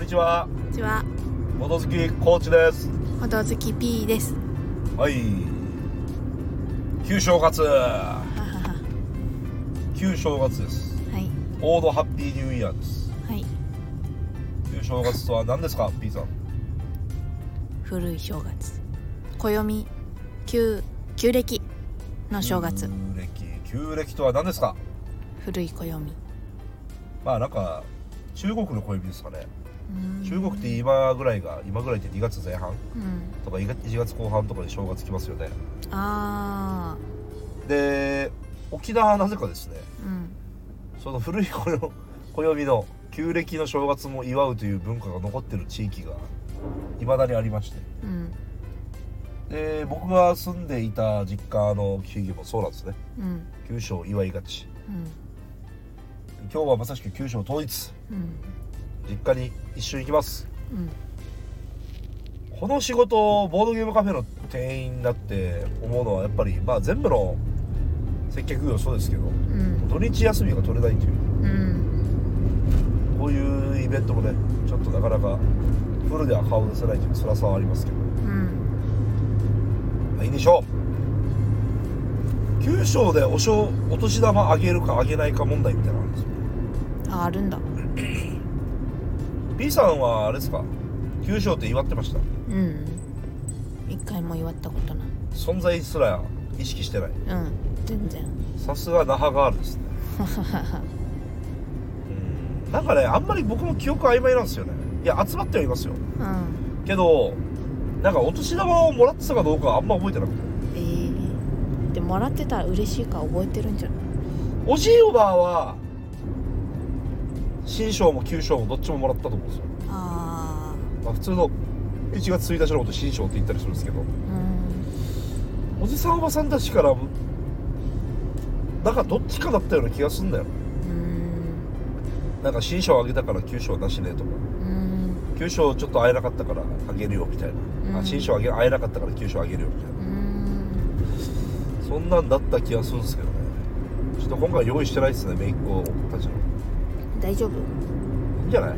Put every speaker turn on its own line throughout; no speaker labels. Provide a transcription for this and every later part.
にちは
こんにちは、
元好きコーチです
ほどずき P です。
はい旧正月
ははは
旧正月です
はい、
オードハッピーニューイヤーです
はい、
旧正月とは何ですか P さん
古い正月。暦、旧、旧暦の正月
旧、暦旧暦とは何ですか
古い暦。
まあなんか中国の暦ですかね
うん
中国って今ぐらいが今ぐらいって2月前半
うん、
とか1月1月後半とかで正月来ますよね
あ
で沖縄はなぜかですね
ー、うん、
その古いこの暦の旧暦の正月も祝うという文化が残ってる地域がいまだにありまして
うん、
で僕が住んでいた実家の地域もそうなんですね
うん、
旧正を祝いがち今日はまさしく旧正統一
うん、うん、
実家に一緒に行きます
うん、
この仕事ボードゲームカフェの店員だって思うのはやっぱり、まあ、全部の接客業そうですけど
うん、
土日休みが取れないという
うん、
こういうイベントもねちょっとなかなかフルでは顔を出せないという辛さはありますけど
うん、
まあいいでしょう九章でおしょお年玉あげるかあげないか問題みたいなのあるんですよ
あ、あるんだ。
B さんはあれですか九章って祝ってました
うん、一回も祝ったことない。
存在すら意識してない
うん、全然。
さすが那覇ガールですねうんなんかねあんまり僕も記憶曖昧なんですよねいや集まってはいますよ
うん、
けどなんかお年玉をもらってたかどうかはあんま覚えてなくて
えー、でもらってたら嬉しいから覚えてるんじゃない。
おじいおばあは新章も旧章もどっちももらったと思うんですよ、
あ
まあ、普通の1月1日のこと新章って言ったりするんですけど
ー、うん、
おじさんおばさんたちからなんかどっちかだったような気がすんだよ
うん。
なんか新章あげたから旧章なしねとか
うん
旧章ちょっと会えなかったからあげるよみたいな、あ
うん
新章あげ会えなかったから旧章あげるよみたいな
うん
そんなんだった気がするんですけどねちょっと今回用意してないですね姪っ子たちの
大丈
い
夫
いんじゃない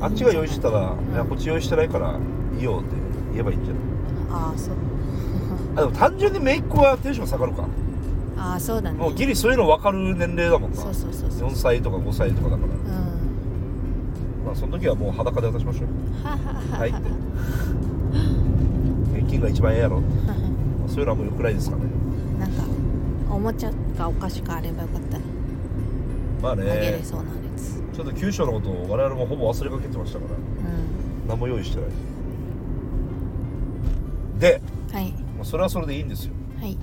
あっちが用意してたら、
ん
いやこっち用意してないからいいよって言えばいいんじゃない
ああそう
あでも単純に姪っ子はテンション下がるか
ああそうだね
もうギリそういうの分かる年齢だもんな
そうそうそうそう
4歳とか5歳とかだから
うん
まあその時はもう裸で渡しましょう
ははは
はいって現金が一番ええやろって
は
まあそういうのはもうよくないですかね
なんかおもちゃかお菓子かあればよかったね
まあ
あげれ
ね
そうなやつ
ちょっと九州のことを我々もほぼ忘れかけてましたから
うん
何も用意してないで、
はい
まあ、それはそれでいいんですよ
はい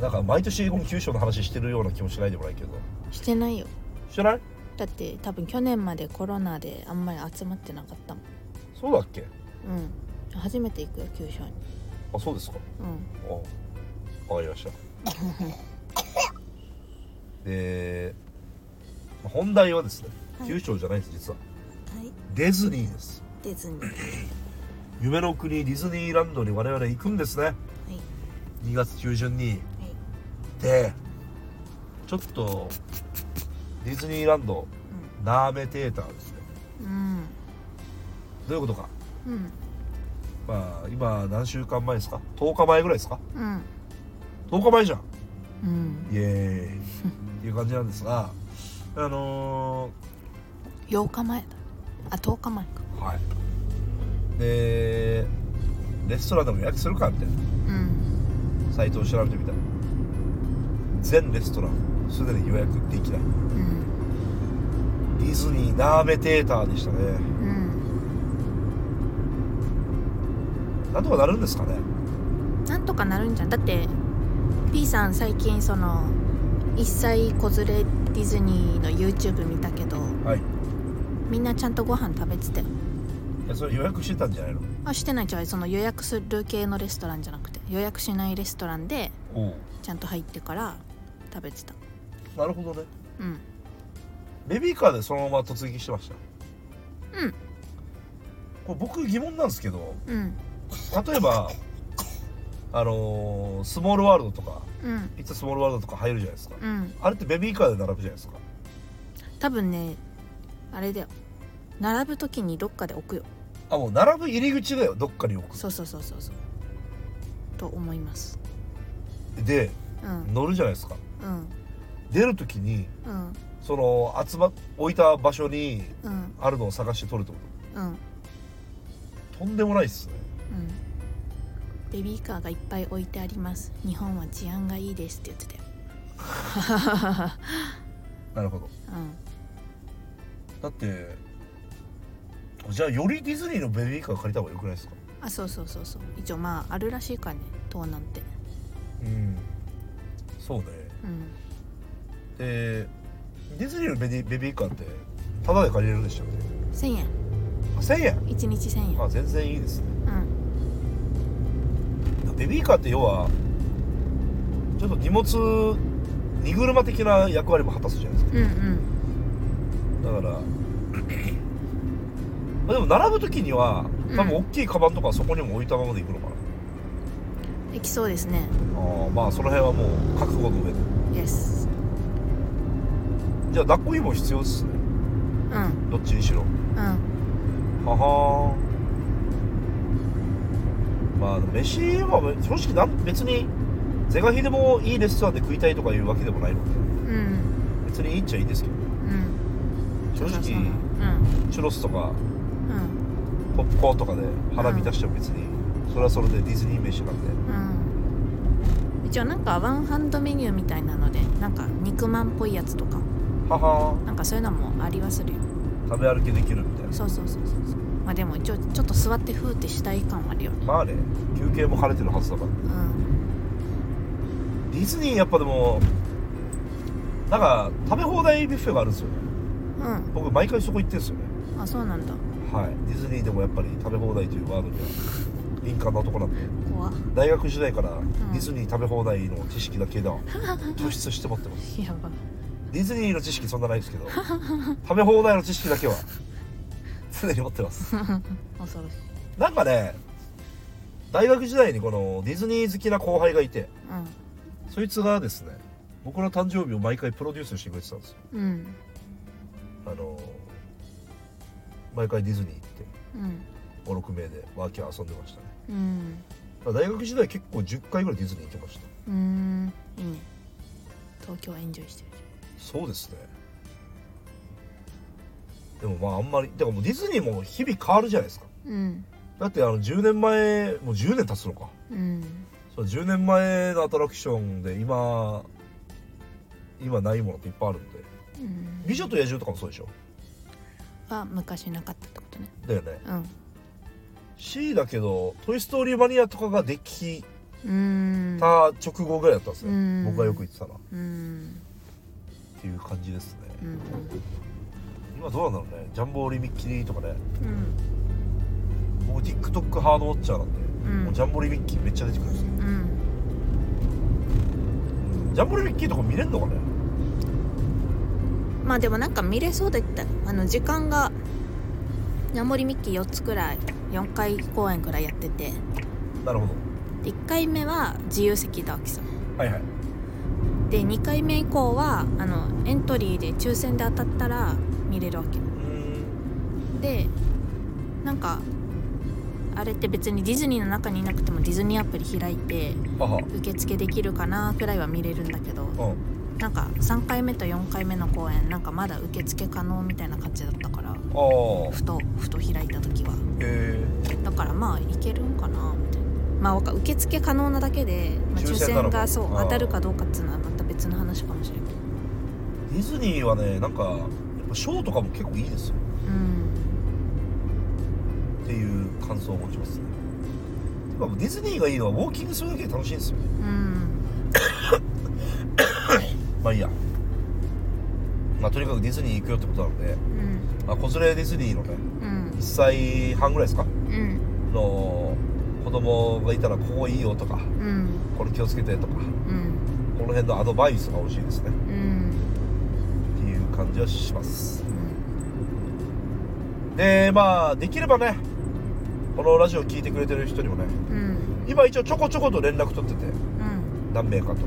なんか毎年この九州の話してるような気もしないでもないけど
してないよ
してない
だって多分去年までコロナであんまり集まってなかったもん
そうだっけ
うん初めて行くよ九州に
あそうですか
うん
あわかり ましたで本題はですね
はい
九州じゃないんです実は
はい
ディズニーです
ディズニー
夢の国ディズニーランドに我々行くんですね
はい
2月中旬に
はい
でちょっとディズニーランドナーメテーターですね
うん
どういうことか
うん
まあ今何週間前ですか10日前ぐらいですか
うん
10日前じゃん
うん
イエーイっ ていう感じなんですがあの
8日前だあ10日前か
ーはいでレストランでも予約するかみたいな
うん
サイトを調べてみたら全レストランすでに予約できない
うん
ディズニーナーメテーターでしたね
うん
なんとかなるんですかね
なんとかなるんじゃんだって P さん最近その1歳子連れディズニーの YouTube 見たけど
はいい
みんなちゃんとご飯食べてたよ
やそれ予約してたんじゃないの
あしてないじゃんその予約する系のレストランじゃなくて予約しないレストランで
おお
ちゃんと入ってから食べてた
なるほどね
うん
ベビーカーでそのまま突撃してました
うん
これ僕疑問なんですけど
うん
例えばあのースモールワールドとか
うん
いつスモールワールドとか入るじゃないですか
うん
あれってベビーカーで並ぶじゃないですか
多分ねあれだよ並ぶ時にどっかで置くよ
あもう並ぶ入り口だよどっかに置く
そうそうそうそうそうと思います
で
うん
乗るじゃないですか
うん
出る時に
うん
その集まっ置いた場所に
うん
あるのを探して撮るってこ
うん
ととんでもないっすね
うんベビーカーがいっぱい置いてあります日本は治安がいいですって言ってたよ
なるほど
うん
だってじゃあよりディズニーのベビーカー借りた方がよくないですか
あそうそうそうそう一応まああるらしいからね盗難って
うんそうね
うん
でディズニーのベビーベビーカーってタダで借りれるんでしたよね
1000円
あ1000円
1日1000円
まあ全然いいですね
うん
ベビーカーって要はちょっと荷物荷車的な役割も果たすじゃないですか
うんうん
だから まあでも並ぶ時には多分
う
大
ん
きいカバンとかそこにも置いたままで行くのかな、
できそうですね
あーまあその辺はもう覚悟の上で
Yes
じゃあ抱っこ紐必要ですね
うん
どっちにしろ
うん
ははーんまあ飯は正直なん別に是が非でもいいレストランで食いたいとかいうわけでもないので
うん
別にいいっちゃいいですけど
うん
正直
うん
チュロスとか
う
ポ
ん
ップコーンとかで腹満たしても別に、それはそれでディズニー飯なんで
うん一応なんかワンハンドメニューみたいなのでなんか肉まんっぽいやつとか
はは
なんかそういうのもありはするよ
ー食べ歩きできるみたいな
そうそうそうそうそうまあでも一応ちょっと座ってふーってしたい感はあるよね
まあね休憩も晴れてるはずだから
うん
ディズニーやっぱでもなんか食べ放題ビュッフェがあるんですよね
う
僕毎回そこ行ってるんですよね
んあそうなんだ
はいディズニーでもやっぱり食べ放題というワードには敏感なとこなんで
怖っ
大学時代からディズニー食べ放題の知識だけだ突出して持ってます
やば
ディズニーの知識そんなないですけど食べ放題の知識だけは常に持ってます
恐ろしい
なんかね大学時代にこのディズニー好きな後輩がいてそいつがですね僕の誕生日を毎回プロデュースしてくれてたんですよ
うんうん
あの毎回ディズニー行って
うん
56名でワーキャー遊んでましたね
うん
まあ大学時代結構10回ぐらいディズニー行きました
うーんいいね東京はエンジョイしてる
そうですねでもまああんまりだからもうディズニーも日々変わるじゃないですか
うん
だってあの10年前もう10年経つのか
うん
そう10年前のアトラクションで今今ないものっていっぱいあるんで
うん
美女と野獣とかもそうでしょ
は昔なかったってことね
だよね
うん
C だけど「トイ・ストーリー・マニア」とかができ
うーん
た直後ぐらいだったんですね、
うん
僕がよく行ってたなっ
うん
ていう感じですね、
うん
今どうなんだろうねジャンボリミッキーとかね
うん
僕 TikTok ハードウォッチャーなんで、
ん
もうジャンボリミッキーめっちゃ出てくるんですよ、
うん
ジャンボリミッキーとか見れんのかね
まあでもなんか見れそうだったあの時間がヤモリミッキー4つくらい4回公演くらいやってて
なるほど
で1回目は自由席だわけさ
はいはい
で2回目以降はあのエントリーで抽選で当たったら見れるわけ
うーん
でなんかあれって別にディズニーの中にいなくてもディズニーアプリ開いて
あは
受付できるかなくらいは見れるんだけど
うん
なんか3回目と4回目の公演なんかまだ受付可能みたいな感じだったから
ああ
ふとふと開いた時は
へ
だからまあいけるんかなみたいなまあわか受付可能なだけで、まあ、
抽
抽
選な
選
のか
がそう
あー
当たるかどうかっていうのはまた別の話かもしれない
えディズニーはねなんかやっぱショーとかも結構いいですよ
うん
っていう感想を持ちますねてかディズニーがいいのはウォーキングするだけで楽しいんですよ
うん
まあいいやまあとにかくディズニー行くよってことなので、
うん
まあ、子連れディズニーのね
うん
1歳半ぐらいですか
うん
の子供がいたらここいいよとか
うん
これ気をつけてとかこ
うん
の辺のアドバイスが欲しいですね
うん
っていう感じはしますでまあできればねこのラジオ聞いてくれてる人にもね
うん
今一応ちょこちょこと連絡取ってて
うん
何名かと
うん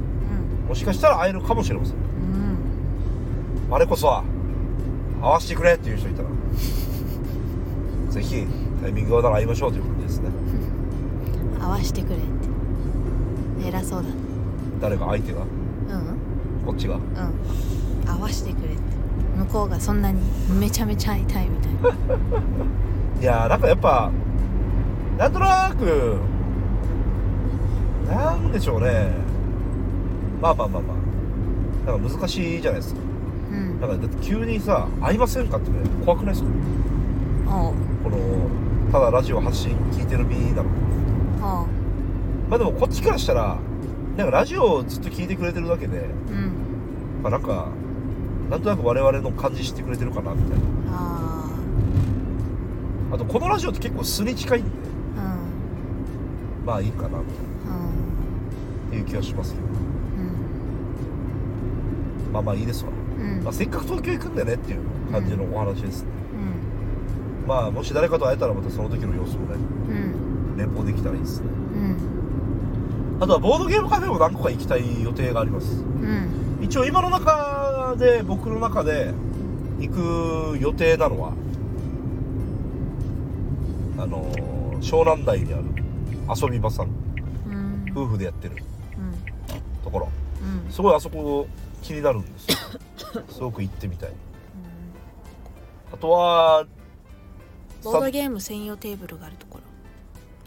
もしかしたら会えるかもしれません
うん
あれこそは会わせてくれっていう人いたらぜひタイミングが合うなら会いましょうということですね
合わしてくれって偉そうだ
誰が相手が
うん
こっちが
うん合わしてくれって向こうがそんなにめちゃめちゃ会いたいみたいない
やーなんかやっぱなんとなくなんでしょうねまあまあまあまあなんか難しいじゃないですか
うん
なんかだって急にさ「会いませんか?」って、ね、怖くないですか
おう
このただラジオ発信聞いてる身なの
おう
まあでもこっちからしたらなんかラジオをずっと聞いてくれてるだけで、
うん
まあ、なんかなんとなく我々の感じしてくれてるかなみたいな
あ
あとこのラジオって結構素に近いんで
あうん
まあいいかなみたいなっていう気がしますけど
うん
まあまあいいですわ
うんうん
まあ、せっかく東京行くんだよねっていう感じのお話です、ね
うん
まあもし誰かと会えたらまたその時の様子をね
うん
レポできたらいいですね
うん
あとはボードゲームカフェも何個か行きたい予定があります
うん
一応今の中で僕の中で行く予定なのはあのー湘南台にある遊び場さん
うん
夫婦でやってる
うん
ところ
うん
すごいあそこ気になるん ですよすごく行ってみたいあとは
ボードゲーム専用テーブルがあるところ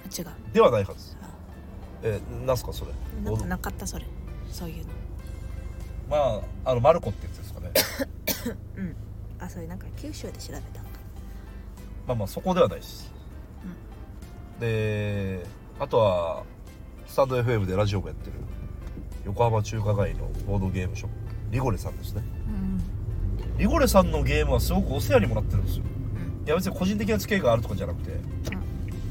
あ違う
ではないはずえなんすかそれ
なんかなかったそれそういうの
まああのマルコってやつ ですかね
うんあそれなんか九州で調べたんか
まあまあそこではないです、であとはスタンド FM でラジオもやってる横浜中華街のボードゲームショップリゴレさんですね
うん
リゴレさんのゲームはすごくお世話にもらってるんですよ
うん
いや別に個人的な付き合いがあるとかじゃなくて、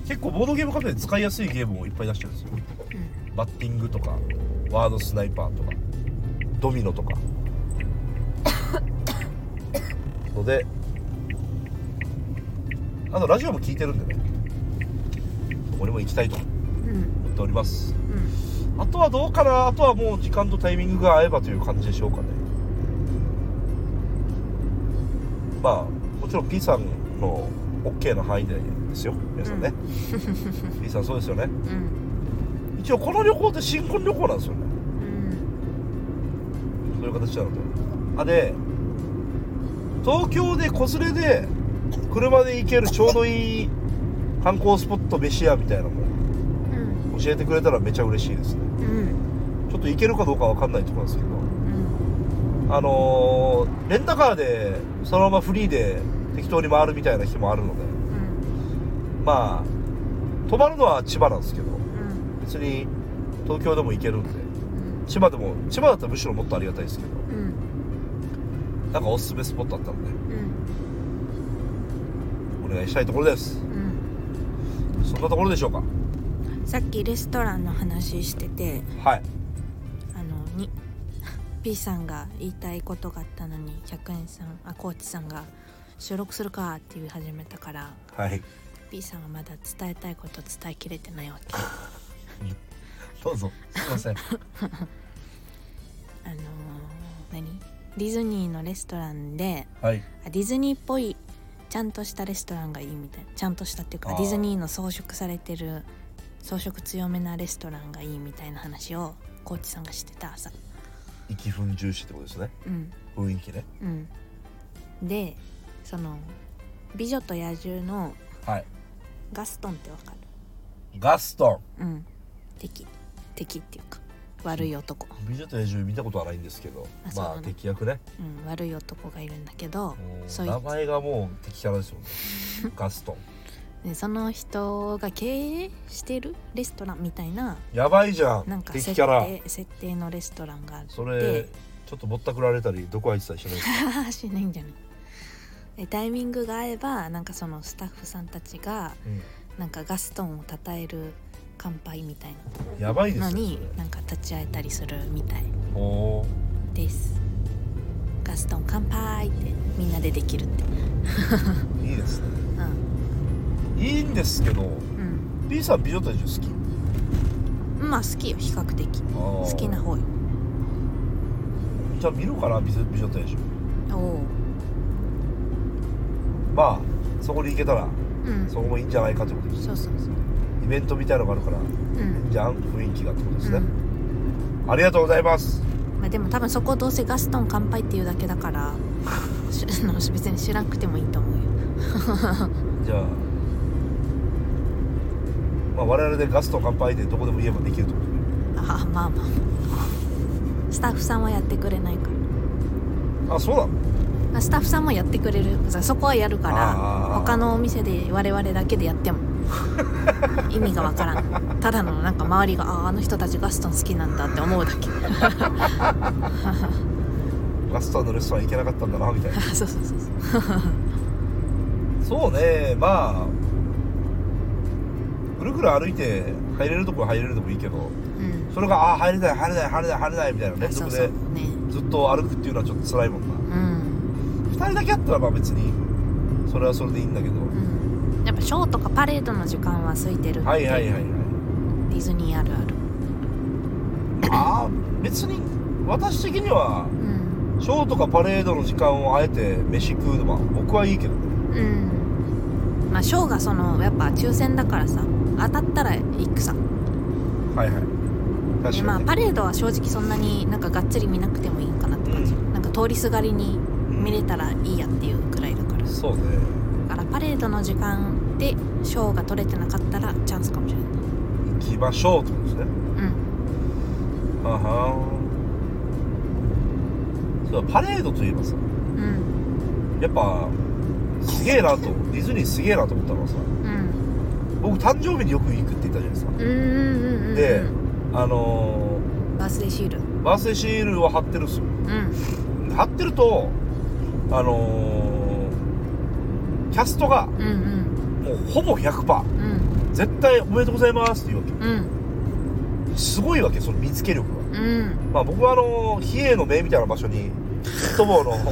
結構ボードゲームカフェで使いやすいゲームをいっぱい出してるんですよバッティングとかワードスナイパーとかドミノとかのであとラジオも聞いてるんでね俺も行きたいと
うんうん
思っております
うん
あとはどうかなあとはもう時間とタイミングが合えばという感じでしょうかねまあもちろん P さんの OK の範囲でですよ皆さんね、P さんそうですよね
うん
一応この旅行って新婚旅行なんですよね
うん
そういう形なのであで東京で子連れで車で行けるちょうどいい観光スポット飯屋みたいなのも
うん
教えてくれたらめちゃ嬉しいですね
うん
ちょっと行けるかどうかわかんないところなんですけど
うん
あのーレンタカーでそのままフリーで適当に回るみたいな日もあるのでまあ泊まるのは千葉なんですけど
うん
別に東京でも行けるんで
うん
千葉でも千葉だったらむしろもっとありがたいですけど
うん
なんかおすすめスポットあったんで
うん
お願いしたいところです
うん
そんなところでしょうか
さっきレストランの話してて
はい
あのに P さんが言いたいことがあったのに100円さんあコーチさんが収録するかって言い始めたから
はい
B さんはまだ伝えたいこと伝えきれてないわ けあ
どうぞすいま せん
のー何ディズニーのレストランで
はい
あディズニーっぽいちゃんとしたレストランがいいみたいなちゃんとしたっていう
あ
か
ー
ディズニーの装飾されてる装飾強めなレストランがいいみたいな話をコーチさんがしてた朝
意気粉重視ってことですね
うん
雰囲気ね
うんでその「美女と野獣」の
はい
ガストンってわかる
ガスト
うん敵敵っていうか悪い男、
ン美女と野獣見たことはないんですけど
あそうな
ま
の
あ敵役ね
うん、悪い男がいるんだけど
もう
そうい
名
う、
前がもう敵キャラですもんね ガストン
ね、その人が経営してるレストランみたいな
やばいじゃん
なんか
敵
設
キャラ
定設定のレストランがあって
そ れちょっとぼったくられたりどこ入ってたりしないですか
しないんじゃないえタイミングが合えばなんかそのスタッフさんたちがなんかガストンを称える乾杯みたい
うんやばいで
なの
すね
になんか立ち会えたりするみたい
それおー
ですガストン乾杯ってみんなでできるって
いいですね
うん
いいんですけど
うん
B さん美女と野獣
まあ好きよ比較的
好き
好きな
あ
方よ
ーじゃあ見るかな美女美女と野獣
おお
まあそこに行けたら
うん
そこもいいんじゃないかってことです
そうそうそう
イベントみたいのがあるからいういん
ん
じゃん雰囲気がってことですね、
うん
ありがとうございます
まあ、でも多分そこどうせガストン乾杯っていうだけだからし あの別に知らなくてもいいと思うよ
じゃあまあ我々でガスト乾杯でどこでも言えばできるってことね
ああまあまあスタッフさんはやってくれないから
あそうなの
まあスタッフさんもやってくれるそこはやるか
あ
ら
ー
他のお店で我々だけで やっても意味がわからんただのなんか周りがあーあの人たちガストン好きなんだって思うだけ
ガストのレストラン行けなかったんだなみた いな
そうそうそうそう
そうねまあぐるぐる歩いて入れるとこは入れるでもいいけど
うん
それがあ入れない入れない入れない入れないみたいな連
そう
続
そう
で
ね
ずっと歩くっていうのはちょっと辛いもんな
うん
2人だけあったらまあ別にそれはそれでいいんだけど
うんやっぱショーとかパレードの時間は空いてるって
はいはいはいはい
ディズニーあるある
あー別に私的には
うん
ショーとかパレードの時間をあえて飯食うのは僕はいいけどね
うんまあショーがそのやっぱ抽選だからさ当たったら行くさ
はいはい確
でま
か
あ
に、ね
パレードは正直そんなになんかがっつり見なくてもいいかなって感じ、
う
なんか通りすがりに見れたらいいやっていうくらいだからだ
そうね
からパレードの時間でショーが取れてなかったらチャンスかもしれない
行きましょうってことですね
うん
ははそうパレードといえばさ
うん
やっぱすげえなとディズニーすげえなと思ったのはさ
うん
僕誕生日によく行くって言ったじゃないですか
うんうんうんうん
であの
バースデーシール
ーバースデーシールを貼ってるんですよ
うん
貼ってるとあのーキャストが
うんうん
もうほぼ100%
うん
絶対おめでとうございますって言うわ
うん
けすごいわけその見つけ力が
うん
まあ僕はあのー比叡の銘みたいな場所にフットボールの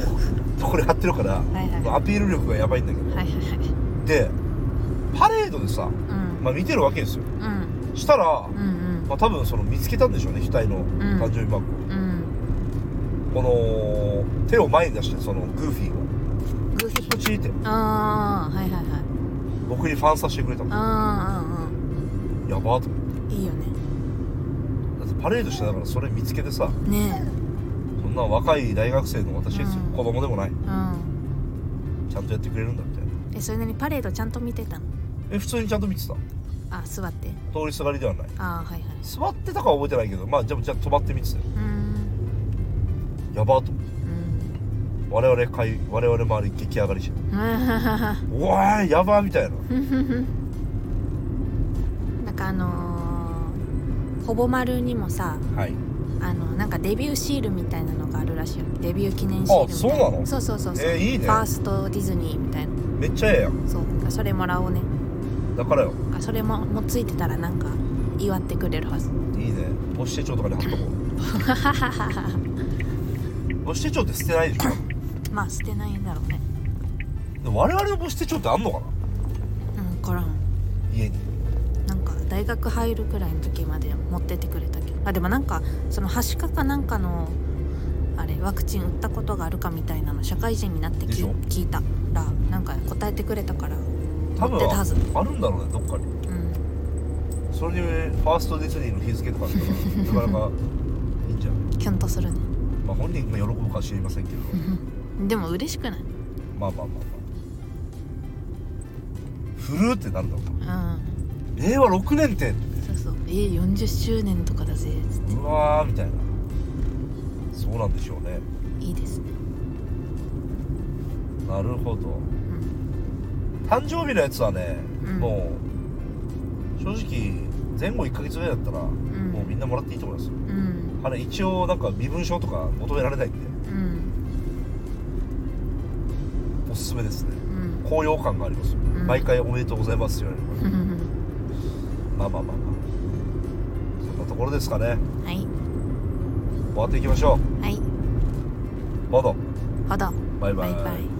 これ貼ってるから、
はいはい
アピール力がやばいんだけど、
はいはいはい
でパレードでさ、
うん
まあ、見てるわけですよ
うん
したら、
うん
まあ、多分その見つけたんでしょうね額の誕生日マークを、
うんうん
この手を前に出してそのグーフィーが
グーフィ
ポ
ー
チーって
ああはいはいはい
僕にファンさせてくれたの
あ
やばーと思って
あうんうんいいよね
だってパレードしてながらそれ見つけてさ
ね
そんな若い大学生の私ですよ、
うん
子供でもない
えうん
ちゃんとやってくれるんだみたいな
えそれなりにパレードちゃんと見てたの
え普通にちゃんと見てた
あ座って
通りすがりではない
ああはいはい
座ってたかは覚えてないけどまあじゃあじゃあ止まって見てたよ
うーん
やばーと思って
うん
我々会我々周り激上がりして
な
うわーやばーみたいなん
かあのーほぼ丸にもさ
はい
あのなんかデビューシールみたいなのがあるらしいよデビュー記念シールみたいな
あそうなの
そうそうそうそう
えーいいね
ファーストディズニーみたいな
めっちゃええやん
そうだからそれもらおうね
だからよ
だからそれももうついてたらなんか祝ってくれるはず
いいね母子手帳とかに貼っとこう母子手帳って捨てないでしょ
まあ捨てないんだろうね
でも我々の母子手帳ってあんのかな
うんからん
家に
なんか大学入るくらいの時まで持ってってくれたけどあでもなんかそのはしかかなんかのあれワクチン打ったことがあるかみたいなの社会人になって
で
き
しょ
聞いたらなんか答えてくれたからう
多分
持ってたはず
あるんだろうねどっかに
ん
それでファーストディズニーの日付とかあったらなかなかいいんじゃない、
キュンとするね
まあ、本人が喜ぶかは知りませんけど
でも嬉しくない
まあまあまあまあフルーってなんだろう
うん
な令和6年って
そうそうえ40周年とかだぜつっ
うわーみたいなそうなんでしょうね
ていいですね、
なるほど
うん、
誕生日のやつはね、
うん
もう正直前後1ヶ月ぐらいだったら、もうみんなもらっていいと思いますよ
うん
あれ一応なんか身分証とか求められないんで
うん
おすすめですね
うん
高揚感がありますよ、
ん
毎回おめでとうございますって言われるか
うん
らまあまあまあまあそんなところですかね
はい
終わっていきましょ
はいう
ボード
ほど
バイバ
バ
イ
イバイ